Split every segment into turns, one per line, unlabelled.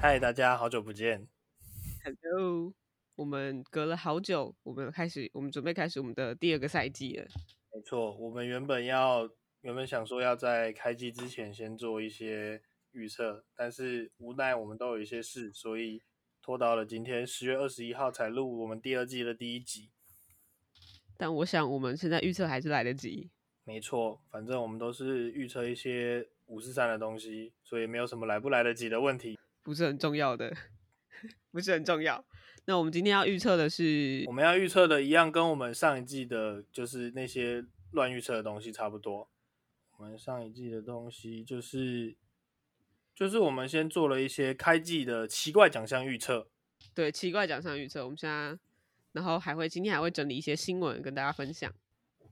嗨，大家好久不见。
Hello，我们隔了好久，我们开始，我们准备开始我们的第二个赛季了。
没错，我们原本要原本想说要在开机之前先做一些预测，但是无奈我们都有一些事，所以拖到了今天十月二十一号才录我们第二季的第一集。
但我想我们现在预测还是来得及。
没错，反正我们都是预测一些五四三的东西，所以没有什么来不来得及的问题。
不是很重要的， 不是很重要。那我们今天要预测的是
我，们要预测的一样，跟我们上一季的，就是那些乱预测的东西差不多。我们上一季的东西就是，就是我们先做了一些开季的奇怪奖项预测。
对奇怪奖项预测。我们现在，然后还会今天还会整理一些新闻跟大家分享。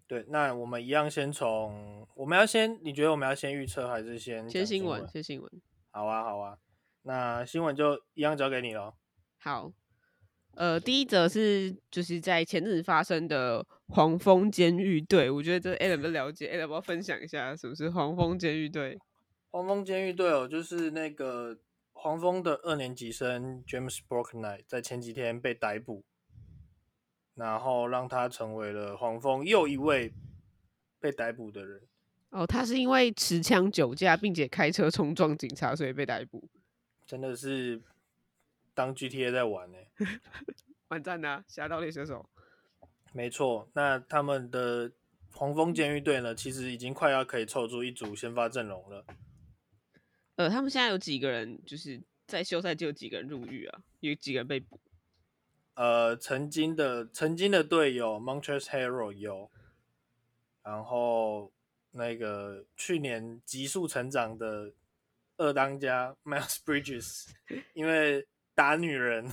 对，那我们一样先从，我们要先，你觉得我们要先预测还是先
先
讲
新
新
闻，？先新闻。
好啊，好啊，那新闻就一样交给你咯。
好，呃，第一则是就是在前阵子发生的黄蜂监狱队，我觉得这 a l a n 不了解 a l a n 要分享一下什么是黄蜂监狱队。
黄蜂监狱队友就是那个黄蜂的二年级生 James Brocknight，在前几天被逮捕，然后让他成为了黄蜂又一位被逮捕的人。
哦，他是因为持枪酒驾，并且开车冲撞警察，所以被逮捕。
真的是当 GTA 在玩欸呢、
完蛋啦、侠盗猎车手。
没错，那他们的黄蜂监狱队呢，其实已经快要可以凑出一组先发阵容了。
呃，他们现在有几个人就是在休赛季有几个人入狱啊？有几个人被捕？
呃，曾经的曾经的队友 Montrezl Harrell 有，然后那个去年急速成长的二当家 Miles Bridges，因为打女人，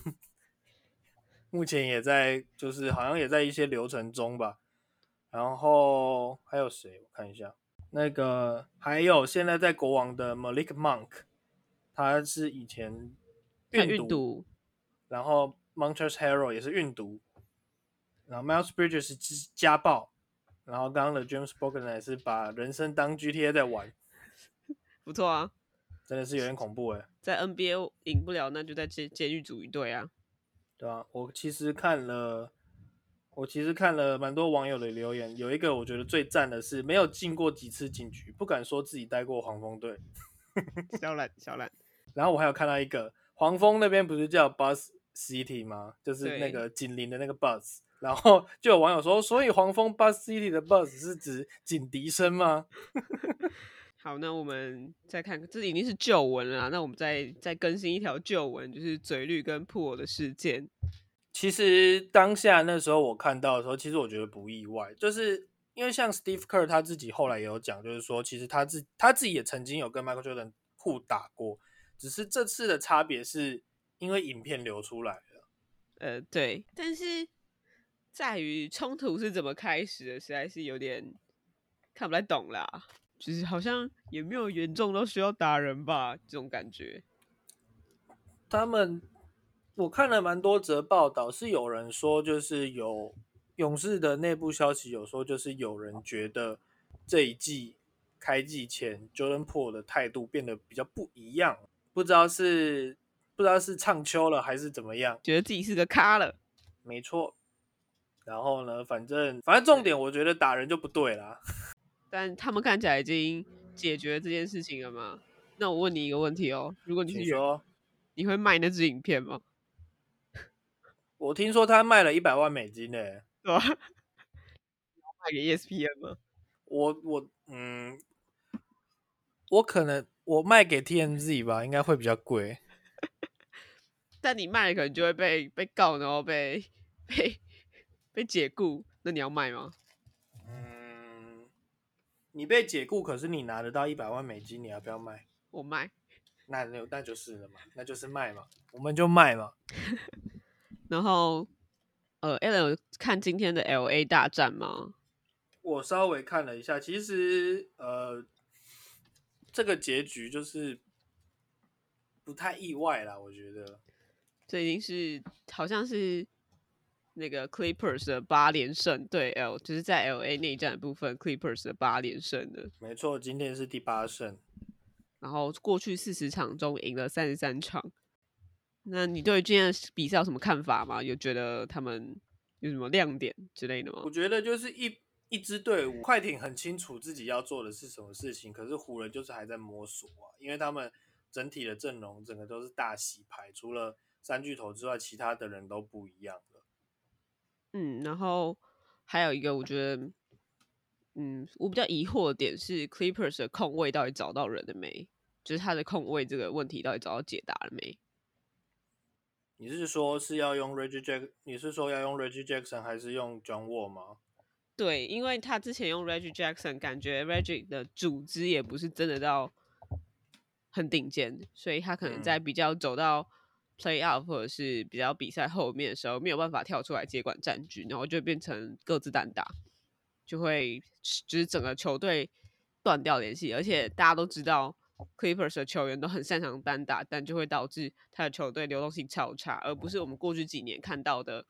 目前也在就是好像也在一些流程中吧。然后还有谁？我看一下，那个还有现在在国王的 Malik Monk，他是以前
他
运毒
运毒，
然后 Montrezl Harrell 也是运毒，然后 Miles Bridges 是家家暴，然后刚刚的 James b o g a n 是把人生当 GTA 在玩，
不错啊，
真的是有点恐怖诶、欸
在 NBA 赢不了，那就在监监狱组一队啊。
对啊，我其实看了，我其实看了蛮多网友的留言，有一个我觉得最赞的是没有进过几次警局，不敢说自己待过黄蜂队，
小懒，小懒，
然后我还有看到一个黄蜂那边不是叫 Buzz City 吗？就是
对
那个紧邻的那个 Buzz。然后就有网友说，所以黄蜂 Buzz City 的 Buzz 是指警笛声吗？
好，那我们再看，这已经是旧闻了啊。那我们再再更新一条旧闻，就是嘴绿跟普洱的事件。
其实当下那时候我看到的时候，其实我觉得不意外，就是因为像 Steve Kerr 他自己后来也有讲，就是说其实他自他自己也曾经有跟 Michael Jordan 互打过，只是这次的差别是因为影片流出来了。
呃，对，但是在于冲突是怎么开始的，实在是有点看不太懂啦。就是好像也没有严重到需要打人吧，这种感觉。
他们我看了蛮多则报道，是有人说就是有勇士的内部消息有说，就是有人觉得这一季开季前 Jordan p o o 的态度变得比较不一样，不知道是不知道是唱秋了还是怎么样。
觉得自己是个咖了。
没错。然后呢，反正反正重点，我觉得打人就不对啦。
但他们看起来已经解决这件事情了嘛？那我问你一个问题哦，如果你是
你
员工，
说，
你会卖那支影片吗？
我听说他卖了一百万美金呢、
对吧？ 卖给 E ESPN 吗？
我我嗯，我可能我卖给 TMZ 吧，应该会比较贵。
但你卖了，可能就会被被告，然后被 被被解雇。那你要卖吗？
嗯，你被解雇，可是你拿得到一百万美金，你要不要卖？
我卖。
那那那就是了嘛，那就是卖嘛，我们就卖嘛。
然后，呃 a l n 有看今天的 LA 大战吗？
我稍微看了一下，其实呃，这个结局就是不太意外啦，我觉得。
这已经是好像是那个 Clippers 的八连胜对 L，就是在 LA 内战的部分，Clippers 的八连胜的。
没错，今天是第八胜，
然后过去四十场中赢了三十三场，那你对于今天的比赛有什么看法吗？有觉得他们有什么亮点之类的吗
我？觉得就是一一支队伍，快艇很清楚自己要做的是什么事情，可是湖人就是还在摸索啊，因为他们整体的阵容整个都是大洗牌，除了三巨头之外，其他的人都不一样了。
嗯，然后还有一个，我觉得，嗯，我比较疑惑的点是 Clippers 的控位到底找到人了没？就是他的控位这个问题到底找到解答了没？
你是说是要用 Reggie Jack？你是说要用 Reggie Jackson 还是用 John Wall 吗？
对，因为他之前用 Reggie Jackson，感觉 Reggie 的组织也不是真的到很顶尖，所以他可能在
嗯
比较走到 playoff 或者是比较比赛后面的时候，没有办法跳出来接管战局，然后就变成各自单打，就会就是整个球队断掉联系。而且大家都知道 Clippers 的球员都很擅长单打，但就会导致他的球队流动性超差，而不是我们过去几年看到的，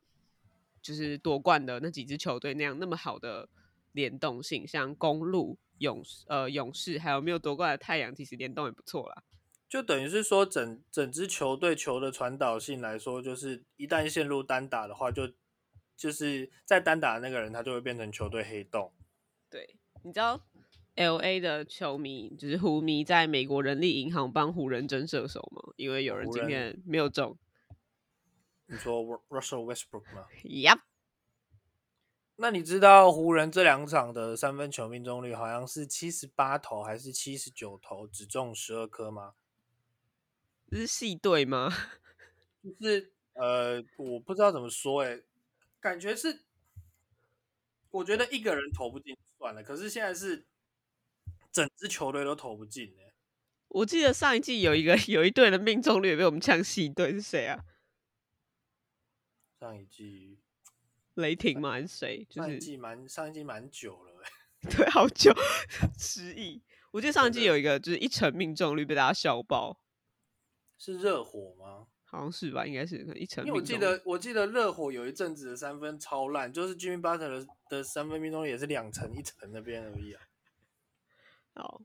就是夺冠的那几支球队那样那么好的联动性，像公路。勇士呃，勇士还有没有夺冠的太阳，其实联动也不错啦。
就等于是说整整支球队球的传导性来说，就是一旦陷入单打的话，就就是在单打的那个人他就会变成球队黑洞。
对，你知道 L A 的球迷就是湖迷，在美国人力银行帮湖人争射手吗？因为有人
哦湖
今
人
天没有中。
你说 Ru- Russell Westbrook 吗？
Yep，
那你知道湖人这两场的三分球命中率好像是七十八投还是七十九投，只中十二颗吗？
这是系队吗？
就是呃，我不知道怎么说、欸，感觉是，我觉得一个人投不进就算了，可是现在是整支球队都投不进、欸，
我记得上一季有一个有一队的命中率也被我们呛系队是谁啊？
上一季
雷霆吗？还是谁？就
上一
是
季蛮上一季蛮久了、欸，
对，好久失忆。我记得上一
真
季
的
有一个就是一成命中率被大家笑爆，
是热火吗？
好像是吧？应该是可能一成
因为
呃命中率。
我记得我记得热火有一阵子的三分超烂，就是 Jimmy Butler 的的三分命中率也是两层一层那边而已啊。
好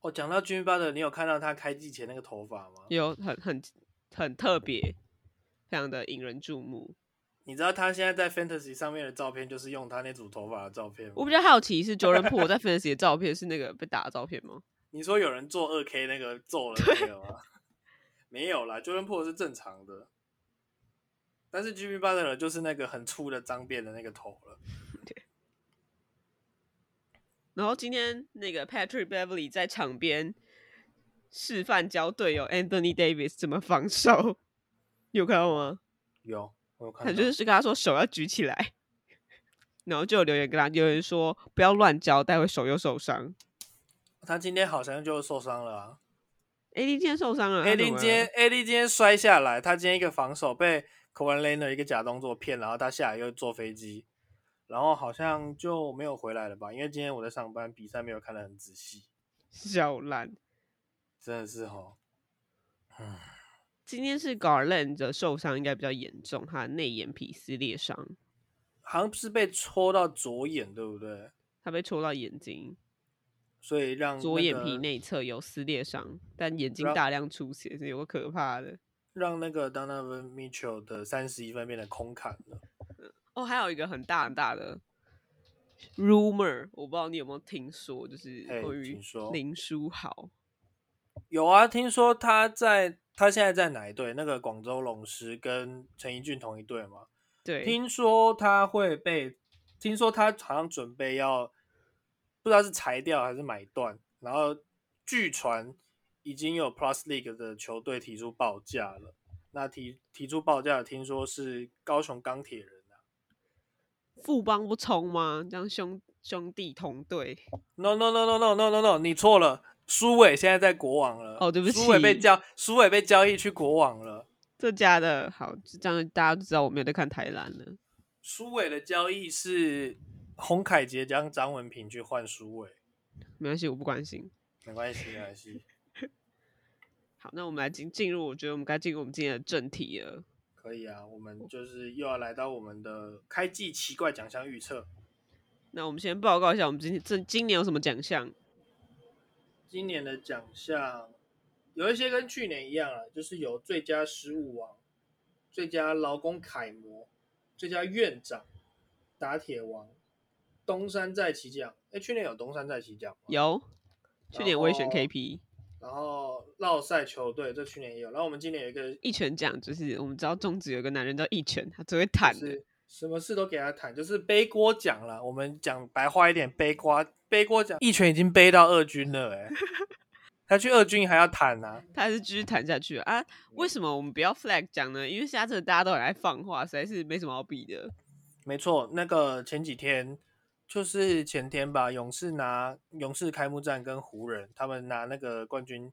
哦，讲到 Jimmy Butler，你有看到他开季前那个头发吗？
有很很很特别，非常的引人注目。
你知道他现在在 Fantasy 上面的照片就是用他那组头发的照片吗？
我比较好奇是 Jordan p o 在 Fantasy 的照片是那个被打的照片吗？
你说有人做二 K 那个揍了那个吗？ 没有啦，Jordan p o 是正常的，但是 Jimmy Butler 就是那个很粗的脏辫的那个头了。
然后今天那个 Patrick Beverly 在场边示范教队友 Anthony Davis 怎么防守， 你有看到吗？
有，我有看
他
到。
就是跟他说手要举起来， 然后就有留言跟他留言说不要乱教，待会手又受伤。
他今天好像就受伤了、啊。
AD 今天受伤了，他
AD
怎么
今天
了
AD 今天摔下来，他今天一个防守被 k a w h l e n a r 一个假动作骗，然后他下来又坐飞机，然后好像就没有回来了吧？因为今天我在上班，比赛没有看得很仔细，
小兰，
真的是哈。嗯，
今天是 Garland 的受伤应该比较严重，他的内眼皮撕裂伤，
好像是被戳到左眼，对不对？
他被戳到眼睛。
所以让、
左眼皮，内侧有撕裂伤，但眼睛
让
大量出血是有个可怕的。
让那个 Donovan Mitchell 的三十一分变得空砍了。
哦，还有一个很大很大的 rumor，我不知道你有没有听说，就是
嘿
关于
请说
林书豪。
有啊，听说他在他现在在哪一队？那个广州龙狮跟陈怡俊同一队吗？
对，
听说他会被，听说他好像准备要，不知道是裁掉还是买断，然后据传已经有 Plus League 的球队提出报价了。那提提出报价的，听说是高雄钢铁人啊。
富邦不冲吗？这样兄兄弟同队，
No no no no no no no no，你错了。苏伟现在在国网了。
哦对不
苏伟被
起
交，苏伟被交易去国网了。
这家的好，这样大家就知道我没有在看台篮了。
苏伟的交易是洪凯杰将张文平去换苏伟，
没关系，我不关心。
没关系，没关系，
好，那我们来进进入，我觉得我们该进入我们今天的正题了。
可以啊。我们就是又要来到我们的开季奇怪奖项预测。
那我们先报告一下，我们今天这今年有什么奖项？
今年的奖项，有一些跟去年一样啊，就是有最佳失误王、最佳劳工楷模、最佳院长、打铁王、东山再起奖。哎，去年有东山再起奖吗，
有，去年我也选
后
KP
然后绕赛球队，这去年也有。然后我们今年有一个
一拳奖，就是我们知道粽子有个男人叫一拳，他只会弹的，
是什么事都给他谈，就是背锅奖了。我们讲白话一点，背锅背锅奖，一拳已经背到二军了、欸，哎，他去二军还要谈啊，
他还是继续弹下去了啊。为什么我们不要 flag 奖呢？因为现在这大家都很爱放话，实在是没什么好比的。
没错，那个前几天就是前天吧，勇士拿勇士开幕战跟湖人，他们拿那个冠军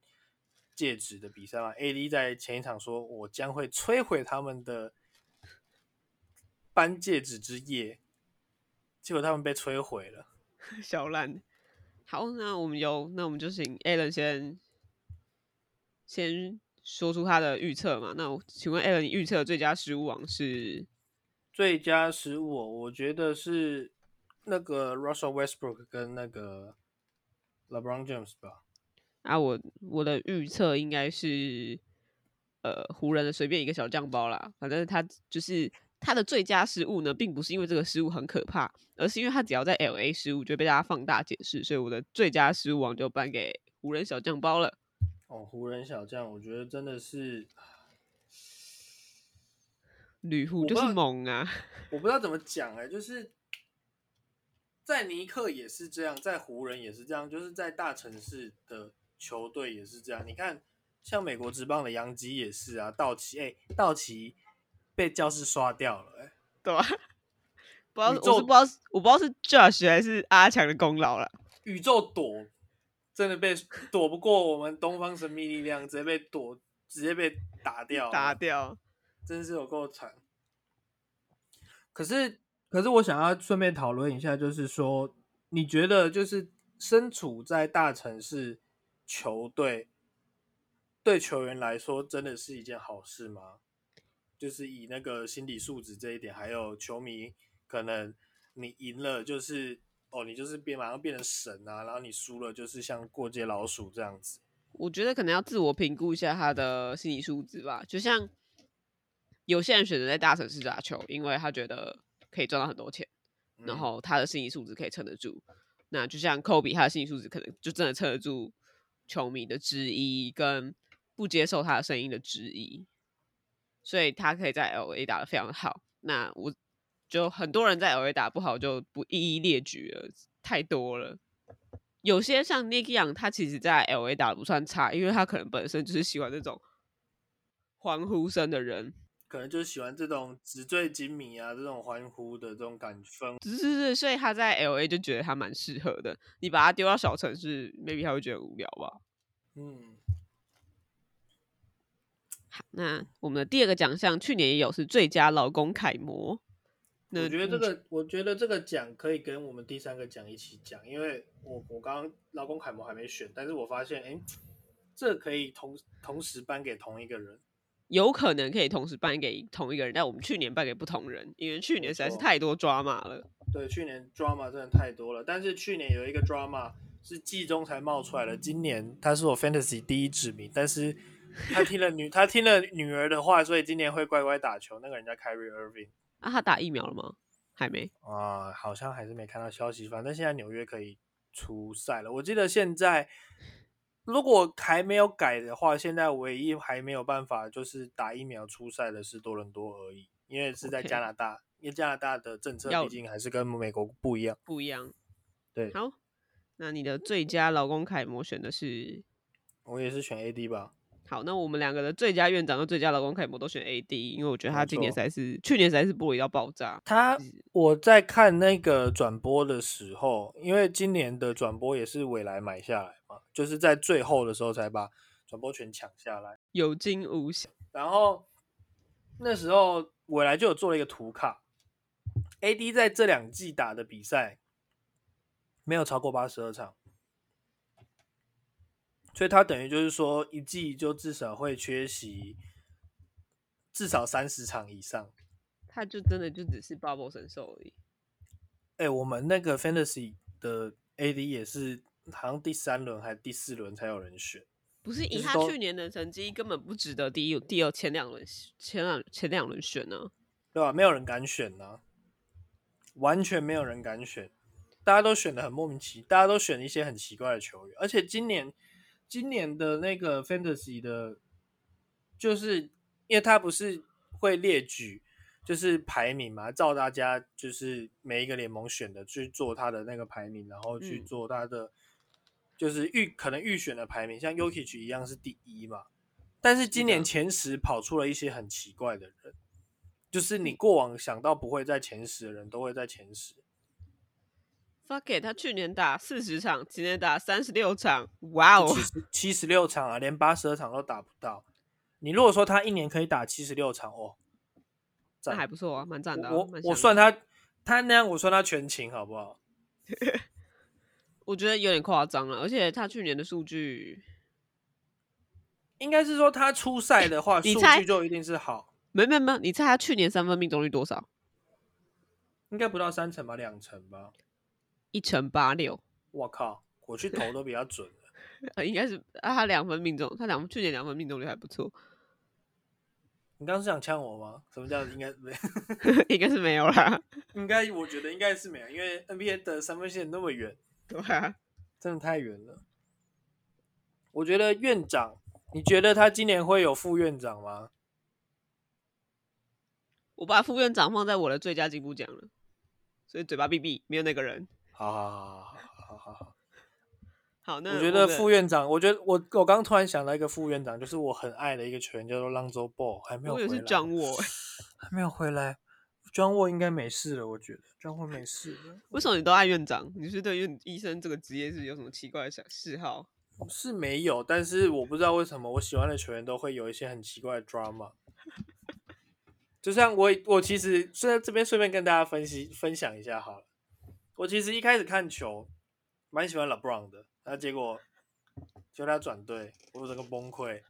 戒指的比赛嘛，AD 在前一场说，我将会摧毁他们的颁戒指之夜，结果他们被摧毁了。
小烂。好，那我们有，那我们就请 Alan 先先说出他的预测嘛。那我请问 Alan，你预测最佳失误王是
最佳失误哦，我觉得是那个 Russell Westbrook 跟那个 LeBron James 吧。
啊？我我的预测应该是呃湖人的随便一个小酱包啦。反正他就是他的最佳失误呢，并不是因为这个失误很可怕，而是因为他只要在 LA 失误就会被大家放大解释，所以我的最佳失误王就颁给湖人小酱包了。
哦，湖人小将，我觉得真的是，
吕
我
虎
不
就
知
是
道
猛啊！
我不知道怎么讲哎、就是在尼克也是这样，在湖人也是这样，就是在大城市的球队也是这样。你看，像美国职棒的洋基也是啊，道奇哎、道奇被教室刷掉了、欸，
对吧？不知道
宇
是，我
宙
是不知道是，我不知道是 Josh 还是阿强的功劳了。
宇宙躲，真的被躲不过我们东方神秘力量，直接被躲，直接被打掉，
打，掉，
真是有够惨。可是，可是我想要顺便讨论一下，就是说，你觉得就是身处在大城市球队，对球员来说真的是一件好事吗？就是以那个心理素质这一点，还有球迷可能你赢了就是哦，你就是变马上变成神啊，然后你输了就是像过街老鼠这样子。
我觉得可能要自我评估一下他的心理素质吧。就像有些人选择在大城市打球，因为他觉得可以赚到很多钱，
嗯
然后他的心理素质可以撑得住。那就像科比，他的心理素质可能就真的撑得住球迷的质疑跟不接受他的声音的质疑，所以他可以在 L A 打得非常好。那我就很多人在 L A 打不好，就不一一列举了，太多了。有些像 Nick Young，他其实在 L A 打得不算差，因为他可能本身就是喜欢这种欢呼声的人，
可能就是喜欢这种纸醉金迷啊，这种欢呼的这种感氛。
只是是，所以他在 L A 就觉得他蛮适合的。你把他丢到小城市，maybe 他会觉得很无聊吧。
嗯，
好那我们的第二个奖项，去年也有是最佳劳工楷模。那嗯
我觉得这
你
个，我觉得这个奖可以跟我们第三个奖一起讲，因为我我刚刚劳工楷模还没选，但是我发现，哎，这可以同同时颁给同一个人。
有可能可以同时颁给同一个人，但我们去年颁给不同人，因为去
没
年实在是
错
太多抓马了。
对，去年 drama 真的太多了，但是去年有一个 drama 是季中才冒出来的，今年他是我 fantasy 第一指名，但是他听了女他听了女儿的话，所以今年会乖乖打球。那个人叫 Kyrie Irving
啊，他打疫苗了吗？还没。
啊、好像还是没看到消息，反正现在纽约可以出赛了。我记得现在如果还没有改的话，现在唯一还没有办法就是打疫苗出赛的是多伦多而已，因为是在
OK
加拿大因为加拿大的政策
要
毕竟还是跟美国不一样。
不一样。
对
好，那你的最佳劳工楷模选的是
我也是选 AD 吧。
好，那我们两个的最佳院长跟最佳劳工楷模都选 AD，因为我觉得他
没
今年
错
实在是去年实在是玻璃到爆炸。
他我在看那个转播的时候，因为今年的转播也是未来买下来嘛，就是在最后的时候才把转播权抢下来。
有惊无险。
然后那时候未来就有做了一个图卡，AD 在这两季打的比赛没有超过八十二场，所以他等于就是说一季就至少会缺席至少三十场以上。
他就真的就只是 bubble 神兽而已。
哎、我们那个 Fantasy 的 AD 也是，好像第三轮还是第四轮才有人选，
不是以
就是
他
都
去年的成绩，根本不值得第一、第二前两轮前两前两轮选呢、
对吧、没有人敢选呐、完全没有人敢选，大家都选的很莫名其大家都选一些很奇怪的球员，而且今年今年的那个 fantasy 的，就是因为他不是会列举就是排名嘛，照大家就是每一个联盟选的去做他的那个排名，然后去
嗯
做他的、就是预可能预选的排名，像 Yukich 一样是第一嘛，但是今年
的
前十跑出了一些很奇怪的人，就是
嗯
你过往想到不会在前十的人都会在前十，
Fuck it，他去年打四十场，今年打三十六场，哇哦
七！十七十六场啊，连八十二场都打不到。你如果说他一年可以打七十六场哦，
那还不错啊，蛮赞的啊、
我我
蛮
我
像
算
的，
他他那样，我算他全勤好不好？
我觉得有点夸张了，而且他去年的数据，
应该是说他出赛的话，
你
数
猜
据就一定是好，
没没没，你猜他去年三分命中率多少？
应该不到三成吧，两成吧。
一乘八六，
我靠，我去投都比较准了
呃，应该是啊，他两分命中，他两去年两分命中率还不错，
你刚刚是想呛我吗？什么叫应该 没？
应该是没有啦。
应该我觉得应该是没有，因为 NBA 的三分线那么远，
对啊，
真的太远了。我觉得院长，你觉得他今年会有副院长吗？
我把副院长放在我的最佳进步奖了，所以嘴巴闭闭，没有那个人。
好好好好好好好，
好，那
我觉得
们
副院长，我觉得我我刚突然想到一个副院长，就是我很爱的一个球员叫做浪州 ball，还没有
我
回
也
来，
是 掌握、欸，
还没有回来。庄沃应该没事了，我觉得庄沃没事了。
为什么你都爱院长？你是对院医生这个职业是有什么奇怪的想嗜好？
是没有，但是我不知道为什么我喜欢的球员都会有一些很奇怪的 drama。就像我，我其实虽然这边顺便跟大家分析分享一下好了，我其实一开始看球蛮喜欢 LeBron 的，然后结果就他转队，我整个崩溃。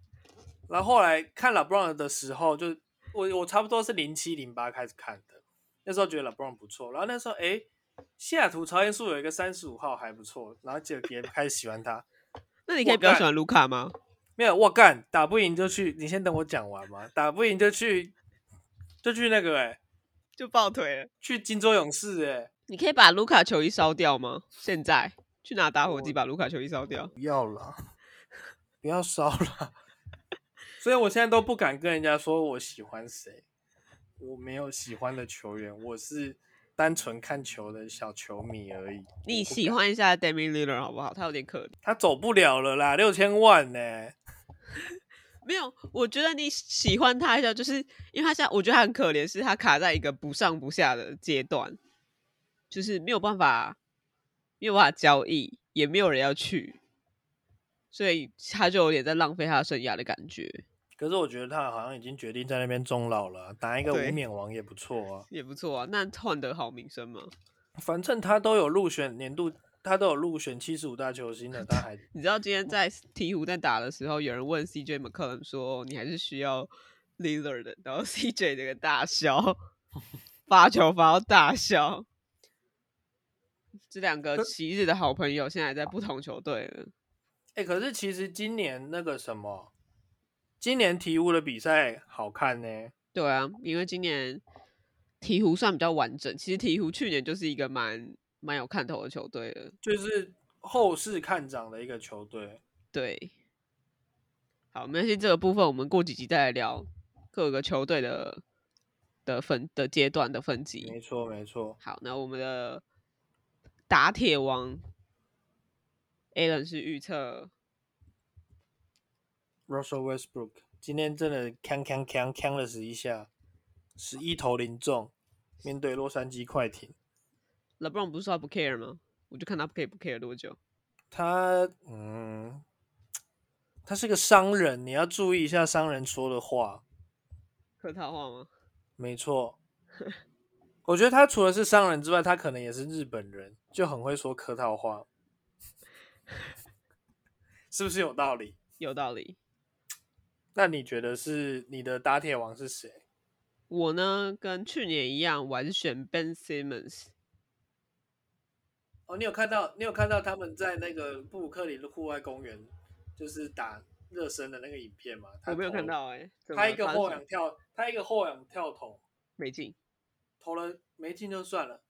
然后后来看 LeBron 的时候，就我我差不多是零七零八开始看的，那时候觉得 LeBron 不错，然后那时候诶，西雅图超音速有一个三十五号还不错，然后就也开始喜欢他。
那你可以
我
不要
干
喜欢卢卡吗？
没有，我干，打不赢就去，你先等我讲完嘛。打不赢就去，就去那个哎、
就抱腿了。
去金州勇士哎、
你可以把卢卡球衣烧掉吗？现在去拿打火机
我
把卢卡球衣烧掉。
不要了，不要烧了。 所以我现在都不敢跟人家说我喜欢谁，我没有喜欢的球员，我是单纯看球的小球迷而已。
你喜欢一下 d a m i l i l l a r 好不好？他有点可怜。
他走不了了啦，六千万呢、
没有，我觉得你喜欢他一下，就是因为他现在，我觉得他很可怜，是他卡在一个不上不下的阶段，就是没有办法，没有办法交易，也没有人要去，所以他就有点在浪费他的生涯的感觉，
可是我觉得他好像已经决定在那边终老了，啊打一个无
对
冕王也不错啊。
也不错啊。那换得好名声吗？
反正他都有入选年度，他都有入选七十五大球星了，他还
你知道今天在鹈鹕在打的时候，有人问 CJ McCollum 说：“你还是需要 l i l l a r 的。”然后 CJ 这个大笑，发球发到大笑。这两个
可
昔日的好朋友现在在不同球队了。
哎、可是其实今年那个什么，今年鹈鹕的比赛好看呢、
对啊，因为今年鹈鹕算比较完整，其实鹈鹕去年就是一个蛮蛮有看头的球队了。
就是后市看涨的一个球队。
对，好，没关系，这个部分我们过几集再来聊各个球队的的分的阶段的分级。
没错，没错，
好，那我们的打铁王 Alan 是预测
Russell Westbrook 今天真的锵锵锵锵了十一下，十一投零中，面对洛杉矶快艇，
LeBron 不是说他不 care 吗？我就看他可以不 care 多久。
他嗯，他是个商人，你要注意一下商人说的话。
客套话吗？
没错，我觉得他除了是商人之外，他可能也是日本人，就很会说客套话，是不是有道理？
有道理。
那你觉得是你的打铁王是谁？
我呢，跟去年一样，我还是选 Ben Simmons。
哦，你有看到，你有看到他们在那个布鲁克林的户外公园，就是打热身的那个影片吗？他
我没有看
投，
到哎、怎么
他
了
一个
发
后
生什
仰
么
跳，他一个后仰跳投，
没进，
投了没进就算了，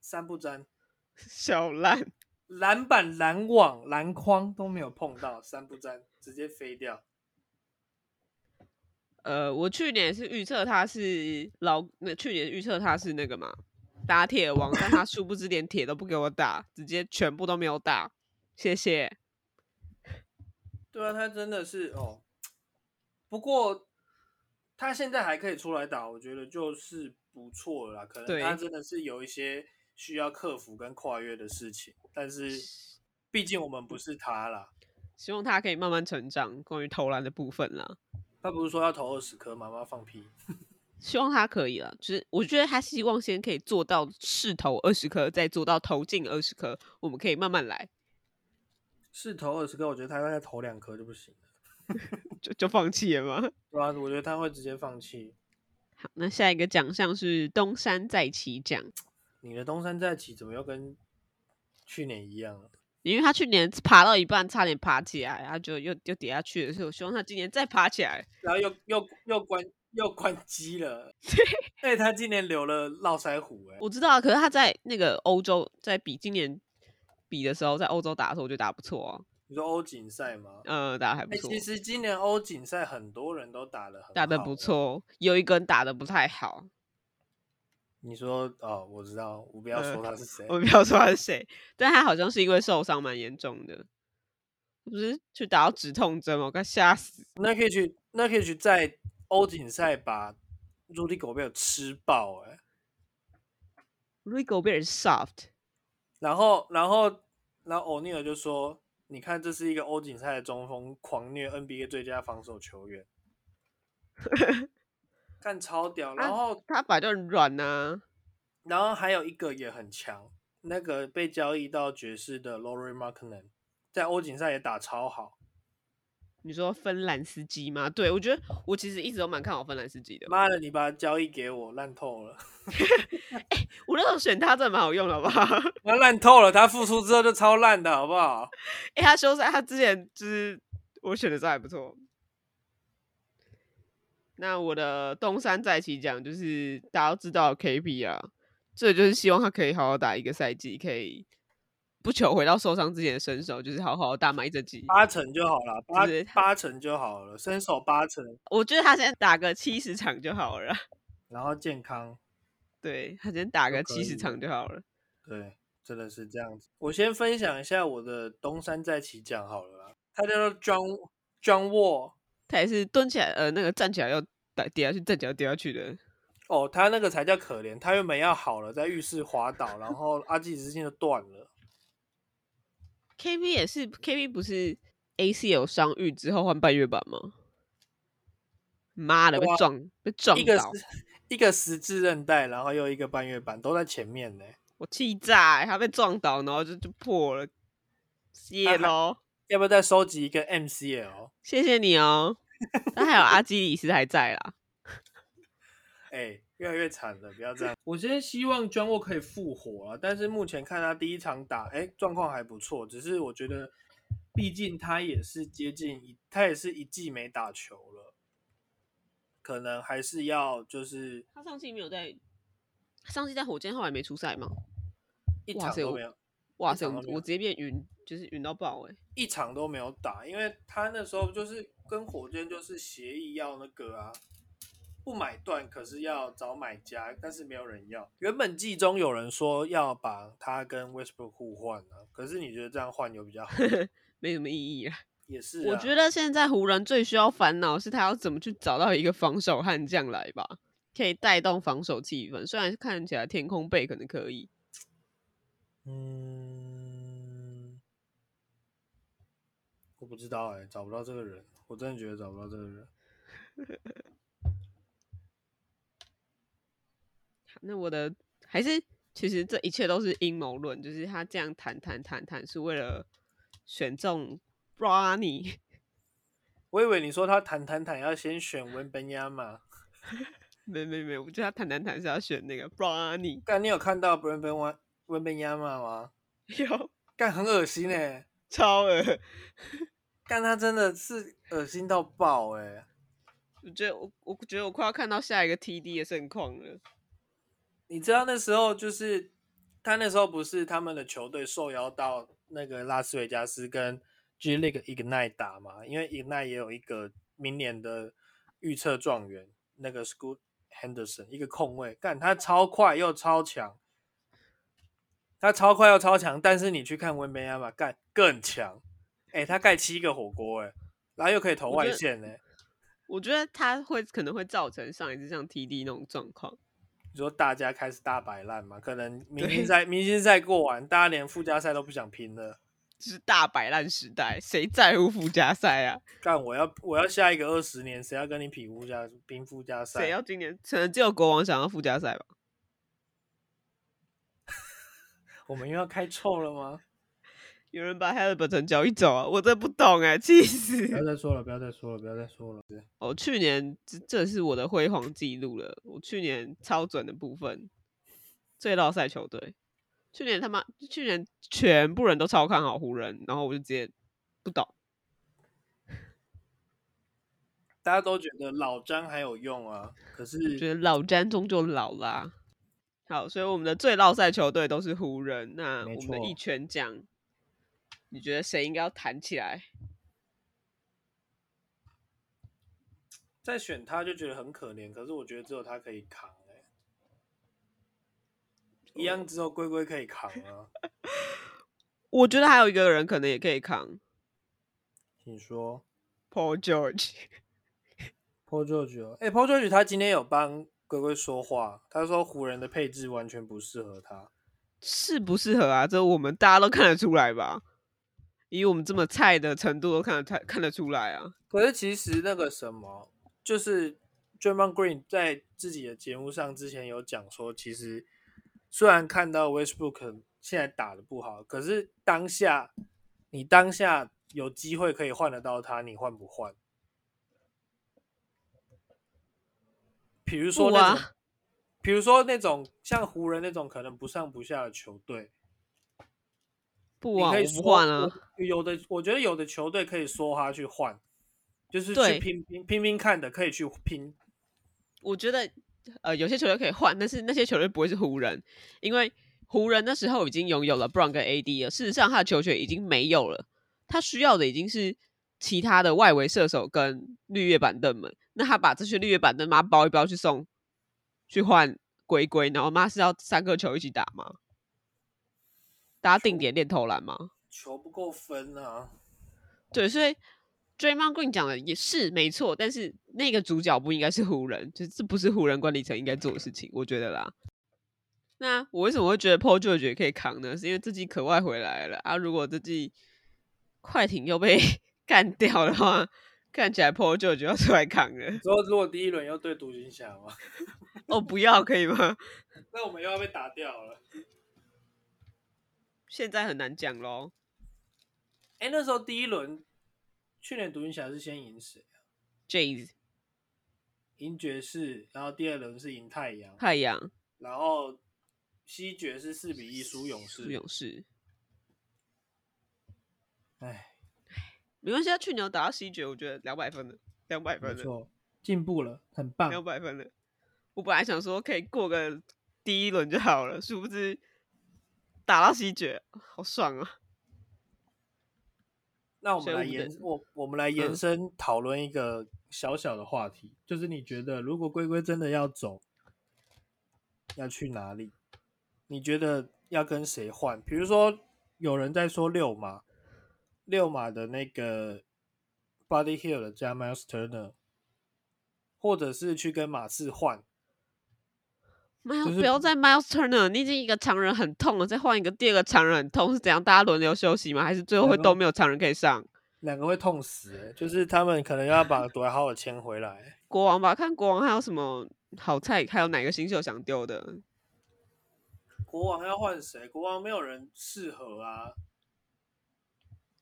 三不沾，
小烂。
篮板、篮网、篮筐都没有碰到，三不沾，直接飞掉。
呃，我去年是预测他是老，那去年预测他是那个嘛打铁王，但他殊不知连铁都不给我打，直接全部都没有打，谢谢。
对啊，他真的是哦，不过他现在还可以出来打，我觉得就是不错了啦。可能
对
他真的是有一些需要克服跟跨越的事情，但是毕竟我们不是他啦。
希望他可以慢慢成长，关于投篮的部分啦，
他不是说要投二十颗吗？妈妈放屁。
希望他可以了。就是我觉得他希望先可以做到试投二十颗，再做到投进二十颗，我们可以慢慢来，
是投二十颗，我觉得他大概投两颗就不行了。
就就放弃了吗？
对啊，我觉得他会直接放弃。
好，那下一个奖项是东山再起奖，
你的东山再起怎么又跟去年一样了？
因为他去年爬到一半差点爬起来，他就又又跌下去了，所以我希望他今年再爬起来。
然后又又又关又关机 了。哎，他今年留了络腮胡、哎，
我知道啊，可是他在那个欧洲，在比今年比的时候，在欧洲打的时候，我觉得打不错哦、
你说欧锦赛吗？
呃，打的还不
哎、
错，
其实今年欧锦赛很多人都打的很
打的
好
不
哎。
错，有一个人打的不太好，
你说哦，我知道，我不要
呃
说他是谁。
我不要说他是谁，但他好像是因为受伤蛮严重的，不是去打到止痛针吗，我快吓死。
那可以去，那可以去在欧锦赛把朱迪狗贝尔吃爆哎、
r i g o b e r soft，
然后，然后，然后欧尼尔就说：“你看，这是一个欧锦赛的中锋狂虐 NBA 最佳防守球 员，干超
啊
屌。”然后，
他本来就很软呐、
然后还有一个也很强，那个被交易到爵士的 Laurie m a r k n e n 在欧锦赛也打超好。
你说芬兰斯基吗？对，我觉得我其实一直都蛮看好芬兰斯基的。
妈的，你把他交易给我，烂透了，
我那时候选他真的蛮好用的，好不好？
他烂透了。他复出之后就超烂的，好不好？
哎、他休赛，他之前就是我选的时候还不错。那我的东山再起奖就是大家都知道 KP 啊，这就是希望他可以好好打一个赛季，可以不求回到受伤之前的身手，就是好好打满一整季。
八成就好啊了，八
就是他
八成就好了，身手八成，
我觉得他现在打个七十场就好了啦，
然后健康。
对他先打
就
个
可
七
以
十
了
场就好了。
对，真的是这样子。我先分享一下我的东山再起奖好了啦，他叫做 John John Wall，
他也是蹲起来，呃，那个站起来要打跌下去，站起来要跌下去的。
哦，他那个才叫可怜，他原本要好了，在浴室滑倒，然后阿基里斯腱就断了。
KP 也是，KP 不是 ACL 伤愈之后换半月板吗？妈的，被
对啊
撞被撞
一个
倒，
是一个十字韧带，然后又一个半月板，都在前面呢。
我气炸、欸，他被撞倒，然后就就破了，谢
还
喽，
要不要再收集一个 MCL？
谢谢你 哦。但还有阿基里斯还在啦，
哎、越来越惨了，不要这样。我现在希望 John Wall 可以复活啊，但是目前看他第一场打，哎、状况还不错，只是我觉得，毕竟他也是接近一，他也是一季没打球了，可能还是要就是
他上季没有在，他上季在火箭后来没出赛吗？
一
哇
场
塞
都
我
没有，
哇
一
塞，
场
我
都没有
我直接变晕，就是晕到爆哎、
一场都没有打，因为他那时候就是跟火箭就是协议要那个啊，不买断，可是要找买家，但是没有人要。原本季中有人说要把他跟 Westbrook 互换啊，可是你觉得这样换有比较好？
没什么意义啊。
也是、啊，
我觉得现在湖人最需要烦恼是他要怎么去找到一个防守悍将来吧，可以带动防守气氛。虽然看起来天空贝可能可以，
嗯，我不知道哎、找不到这个人，我真的觉得找不到这个人。
那我的还是其实这一切都是阴谋论，就是他这样谈谈谈谈是为了选中 Bronny，
我以为你说他谈谈谈要先选文本亚马，
没没没，我觉得他谈谈谈是要选那个 Bronny，
但你有看到文本文文本亚马吗？
有
欸干很恶心哎、
超额，
但他真的是恶心到爆哎、
我觉得我我觉得我快要看到下一个 TD 的盛况了。
你知道那时候就是他那时候不是他们的球队受邀到那个拉斯维加斯跟 G League Ignite 打嘛？因为 Ignite 也有一个明年的预测状元，那个 School Henderson 一个控卫，干他超快又超强，他超快又超强，但是你去看温贝亚马干更强，哎、他盖七个火锅哎、然后又可以投
我
外
觉得
线呢、欸
我觉得他会可能会造成上一次像 TD 那种状况。
你说大家开始大摆烂嘛？可能明
对
星赛明星赛过完，大家连附加赛都不想拼了。
就是大摆烂时代，谁在乎附加赛啊？
干，我要我要下一个二十年，谁要跟你比附加拼附加赛？
谁要今年？可能只有国王想要附加赛吧。
我们又要开臭了吗？
有人把 Halliburton 交易走啊！我真的不懂哎、气
不要
死！
再说了，不要再说了，不要再说了。
哦，去年这这是我的辉煌记录了。我去年超准的部分，最绕赛球队。去年他妈，去年全部人都超看好湖人，然后我就直接不懂。
大家都觉得老詹还有用啊，可
觉
是
得老詹终究老啦。好，所以我们的最绕赛球队都是湖人。那
没
我们的一
错
拳奖，你觉得谁应该要弹起来？
再选他就觉得很可怜。可是我觉得只有他可以扛、欸，一样只有龟龟可以扛啊。
我觉得还有一个人可能也可以扛
你说
Paul George。
Paul George，哦哎、p a u l George 他今天有帮龟龟说话，他说湖人的配置完全不适合他。
适不适合啊？这我们大家都看得出来吧？以我们这么菜的程度都看得看看得出来啊！
可是其实那个什么，就是 d r a m o n Green 在自己的节目上之前有讲说，其实虽然看到 Westbrook 现在打的不好，可是当下你当下有机会可以换得到他，你换不换？比如说
不
那
啊
种，比如说那种像湖人那种可能不上不下的球队，
不
你
啊，
可以
我
说
不换啊！
我有的我觉得有的球队可以说他去换，就是去
对
拼拼拼拼看的，可以去拼。
我觉得呃，有些球队可以换，但是那些球队不会是湖人，因为湖人那时候已经拥有了 Brown 跟 AD 了。事实上，他的球权已经没有了，他需要的已经是其他的外围射手跟绿叶板凳们。那他把这些绿叶板凳妈包一包去送，去换龟龟，然后妈是要三颗球一起打吗？大家定点练投篮吗？
球不够分啊，
对，所以 Draymond Green 讲的也是没错，但是那个主角不应该是湖人，就是这不是湖人管理层应该做的事情，我觉得啦。那我为什么会觉得 Paul George 也可以扛呢？是因为这季可外回来了啊！如果这季快艇又被 干掉的话，看起来 Paul George 要出来扛了。
之后如果第一轮又对独行侠嘛，
哦，不要可以吗？
那我们又要被打掉了。
现在很难讲咯。
哎、那时候第一轮，去年独行侠是先赢谁？
Jays
赢爵士，然后第二轮是赢太阳，
太阳
然后西决是四比一输勇
是
士。
勇士，
哎，
没关系，他啊去年有打到西决，我觉得两百分的，两百
没
分的。
错，进步了，很棒
两。百分了。我本来想说可以过个第一轮就好了，殊不知打到西决，好爽啊！
那我
所
们
以
来
我们
延
的
我我们来延
嗯
伸讨论一个小小的话题，就是你觉得如果龟龟真的要走，要去哪里？你觉得要跟谁换？比如说有人在说六马，六马的那个 Body Hill 加 Miles Turner，或者是去跟马刺换，
m i
就是
不要再 Miles Turner，你已经一个常人很痛了，再换一个第二个常人很痛是怎样？大家轮流休息吗？还是最后会
对啊
都
吧
没有常人可以上？
两个会痛死、欸，就是他们可能要 把杜兰特签回来。
国王吧，看国王还有什么好菜，还有哪个新秀想丢的？
国王要换谁？国王没有人适合啊。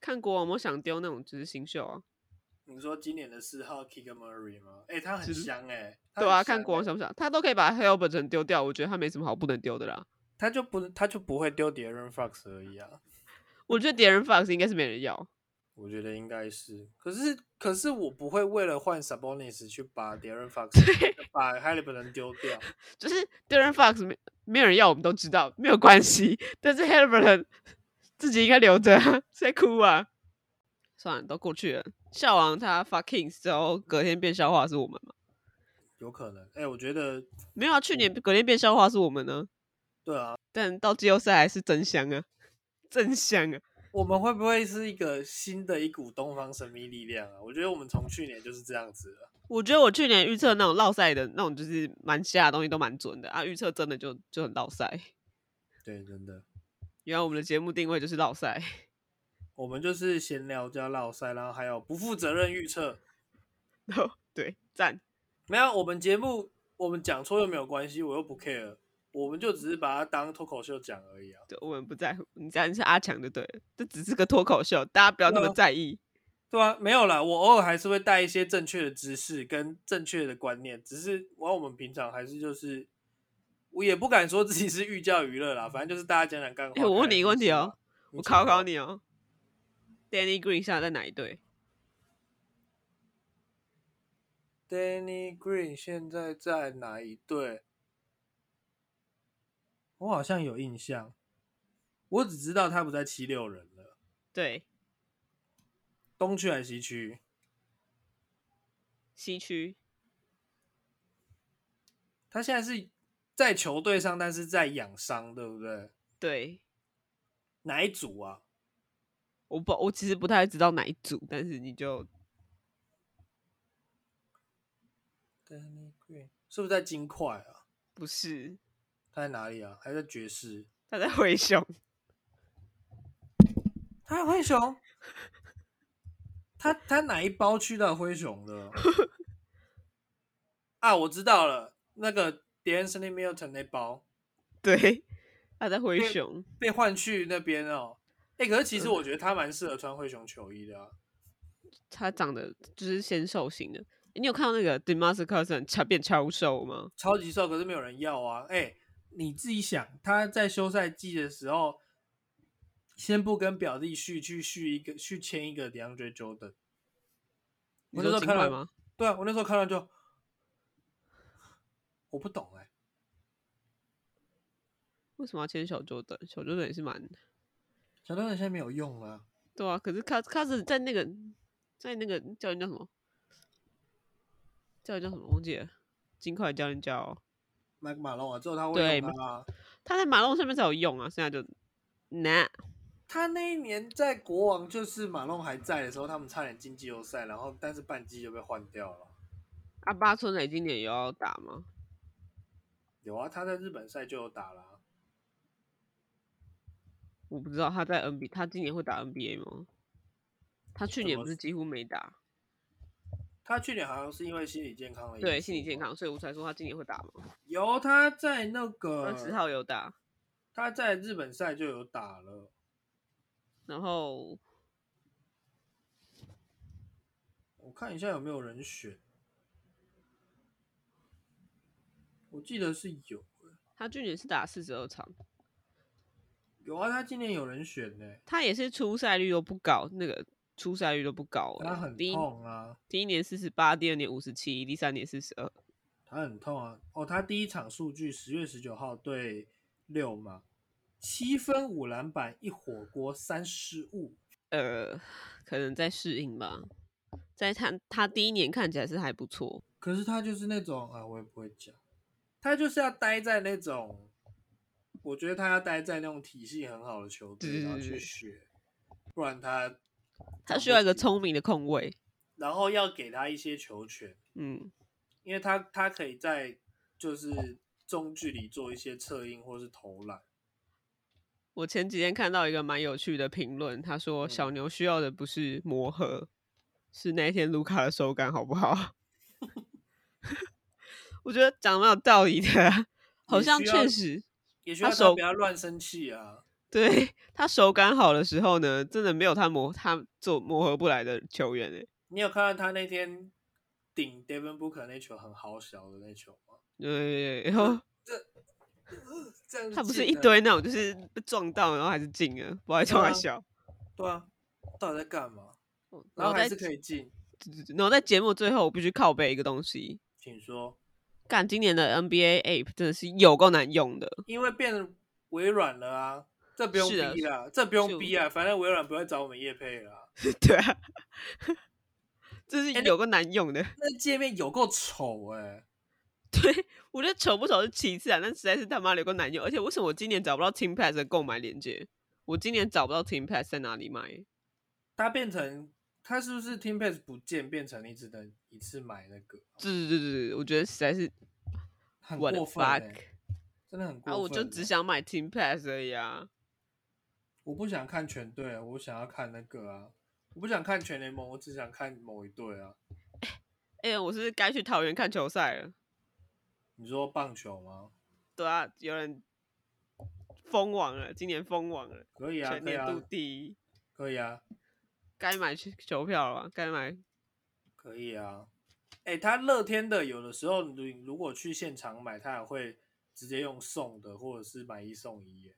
看国王有没有想丢那种就是新秀啊？
你说今年的四号 Kika Murray 吗？哎、他很
是
香哎、他
对
很
啊，
香
看国王
欸
想不想，他都可以把 Halberton 丢掉，我觉得他没什么好不能丢的啦。
他就不他就不会丢 d a r o n Fox 而已啊。
我觉得 d a r e n Fox 应该是没人要，
我觉得应该是，可是可是我不会为了换 Sabonis 去把 Darren Fox 把 h a l i b u r t o n 丢掉，
就是 Darren Fox 没没有人要，我们都知道，没有关系。但是 Halliburton 自己应该留着啊，谁哭啊？算了，都过去了。校王他 fucking 之后，隔天变笑话是我们吗？
有可能。哎、我觉得
没有啊，去年隔天变笑话是我们呢、
嗯对啊，
但到季后赛还是真香啊，真香啊！
我们会不会是一个新的一股东方神秘力量啊？我觉得我们从去年就是这样子了。
我觉得我去年预测那种落赛的那种，就是蛮瞎的东西都蛮准的啊，预测真的就就很落赛。
对，真的，
原来我们的节目定位就是落赛，
我们就是闲聊加唠塞，然后还有不负责任预测。
对，赞。
没有，我们节目我们讲错又没有关系，我又不 care，我们就只是把它当脱口秀讲而已啊。
对，我们不在乎，你只要你是阿强就对了，这只是个脱口秀，大家不要那
对
么
啊
在意。
对啊，没有啦，我偶尔还是会带一些正确的知识跟正确的观念，只是我我们平常还是就是，我也不敢说自己是寓教于乐啦，反正就是大家讲讲干话。
哎我问你一个问题哦
开开心心啊，
我考考
你
你哦，Danny Green 现在在哪一队？
请说。Danny Green 现在在哪一队？我好像有印象，我只知道他不在七六人了，
对，
东区还是西区？
西区。
他现在是在球队上，但是在养伤，对不对？
对，
哪一组啊？
我不，我其实不太知道哪一组，但是你就
Danny Green 是不是在金块啊？
不是
他在哪里啊？还在爵士？
他在灰熊，
他在灰熊？ 他他哪一包去到灰熊的？ 啊，我知道了，那个 D'Anthony Milton 那包
对，他在灰熊。
被换去那边哦。哎、可是其实我觉得他蛮适合穿灰熊球衣的啊。
他长得就是纤瘦型的。诶你有看到那个 Demas Cousin 超变超瘦吗？
超级瘦，可是没有人要啊！哎、你自己想，他在休赛季的时候，先不跟表弟续去续一个去签一个 DeAndre Jordan，
你
我那时
说
候
金
看
块
到
吗？
对啊，我那时候看到就，我不懂哎、
为什么要签小 Jordan？小 Jordan 也是蛮
小豆人现在没有用了、
对啊，可是 Cous Cousin 在那个在那个教练叫什么？教练叫什么？忘记了。金块教练叫
麦克马龙啊，之后他会
对
用他啊。
他在马龙上面才有用啊，现在就那
他那一年在国王，就是马龙还在的时候，他们差点进季后赛，然后但是半季就被换掉了。
阿巴村磊今年有要打吗？
有啊，他在日本赛就有打了啊、
我不知道他在 NBA，他今年会打 NBA 吗？他去
怎
年
么
不是几乎没打，
他去年好像是因为心理健康的因素
对心理健
吧
康，所以我才说他今年会打吗？
有，他在那
二
个
十号有打，
他在日本赛就有打了。
然后
我看一下有没有人选，我记得是有
他去年是打四十二场，
有啊，他今年有人选呢、
他也是出赛率都不高，那个出赛率都不高、欸，
他很
第一
痛啊，
第一年四十八，第二年五十七，第三年四十二，
他很痛啊。哦，他第一场数据十月十九号对六嘛，七分五篮板一火锅三失误，
呃，可能在适应吧。在他他第一年看起来是还不错，
可是他就是那种啊，我也不会讲，他就是要待在那种，我觉得他要待在那种体系很好的球队，
对
然后
对对
去
对
学，不然他
他
长
需
不
要一个
起
聪明的控卫，
然后要给他一些球权，
嗯，
因为他他可以在就是中距离做一些策应或是投篮，
我前几天看到一个蛮有趣的评论，他说
嗯
小牛需要的不是磨合，是那一天卢卡的手感好不好？ 我觉得讲得蛮有道理的啊，好
也
像
需要
确实，
也需要
他
他
手
不要乱生气啊。
对他手感好的时候呢，真的没有他磨他做磨合不来的球员欸诶、
你有看到他那天顶 Devin Booker 那球很好小的那球吗？
对，然后
这样子
他不是
进
一
的
堆那种，就是被撞到然后还是进了，不爱冲还
啊
笑。
对啊，到底在干嘛？
我
然后
我
还
在
是可以进，
然后在节目最后，我必须靠背一个东西。
请说。
干，今年的 NBA App 真的是有够难用 的。
因为变微软了啊，这不用
是的
逼啦，这不
是
用逼啊，反正微软不会找我们叶配啦。
对啊，这是
哎那
有够难用的。
那界面有够丑哎、
对我觉得丑不丑是其次啊，但实在是他妈有够难用。而且为什么我今年找不到 Team Pass 的购买链接？我今年找不到 Team Pass 在哪里买？
它变成它是不是 Team Pass 不见，变成你只能一次买那个，
对对对对，对我觉得实在是
很
what
过
the
分、欸
fuck，
真的很过分、哎
啊！我就只，想买 Team Pass 而已啊。
我不想看全队啊，我想要看那个啊，我不想看全联盟，我只想看某一队啊。
哎、我是不是该去桃园看球赛了。
你说棒球吗？
对啊，有人封网了，今年封网了，
可以啊，
全
可以
年度
啊，
第一，
可以啊，
该买去球票了吧？该买
可以啊。哎、他乐天的有的时候，你如果去现场买，他也会直接用送的，或者是买一送一耶，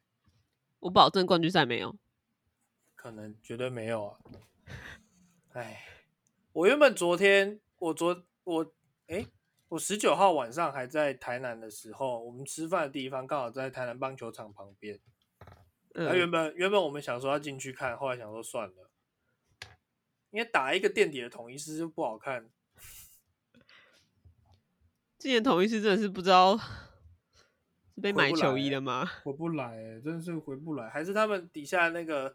我保证冠军赛没有。
可能绝对没有啊。哎，我原本昨天，我昨我哎、我十九号晚上还在台南的时候，我们吃饭的地方刚好在台南棒球场旁边。
嗯、
那原本原本我们想说要进去看，后来想说算了，因为打一个垫底的统一师就不好看。
今年同一次真的是不知道 是被
回
买
不
球
来
衣
欸
了吗？
回不来、欸，真的是回不来。还是他们底下那个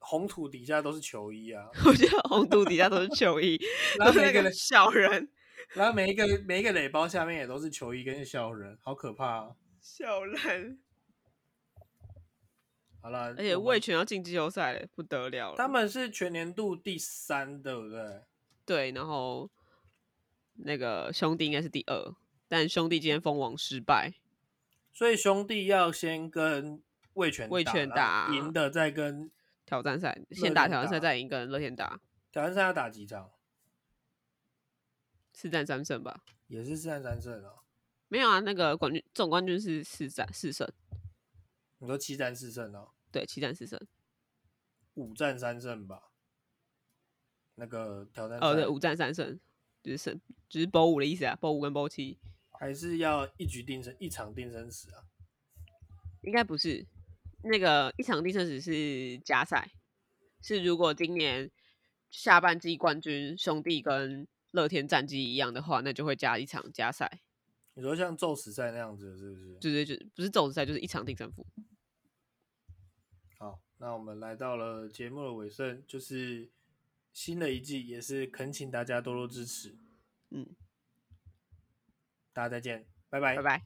红土底下都是球衣啊，
我觉得红土底下都是 球衣，
然
都
后
是
每
那
一个
个
人，
小人
然后每一个每一个垒包下面也都是球衣跟小人，好可怕、啊。
小人，
好了，而
而且魏全要进季后赛了，不得了了。
他们是全年度第三，对不对？
对，然后那个兄弟应该是第二，但兄弟今天封王失败，
所以兄弟要先跟魏全
味全打
赢的，再跟
挑战赛
乐
先打
天
挑战赛，
打
再赢跟乐天打
挑战赛要打几场？
四战三胜吧？
也是四战三胜啊。
没有啊，那个冠军总冠军是四战四胜，
你说七战四胜哦，
对，七战四胜，
五战三胜吧？那个挑战赛
哦对，五战三胜，就是胜就是 BO 五的意思啊，BO 五跟 BO 七
还是要一局定生，一场定生死啊？
应该不是，那个一场定胜只是加赛，是如果今年下半季冠军兄弟跟乐天战绩一样的话，那就会加一场加赛，
你说像宙死赛那样子是不是？
就是就不是总决赛，就是一场定胜负。
好，那我们来到了节目的尾声，就是新的一季，也是恳请大家多多支持，
嗯，
大家再见，
拜拜。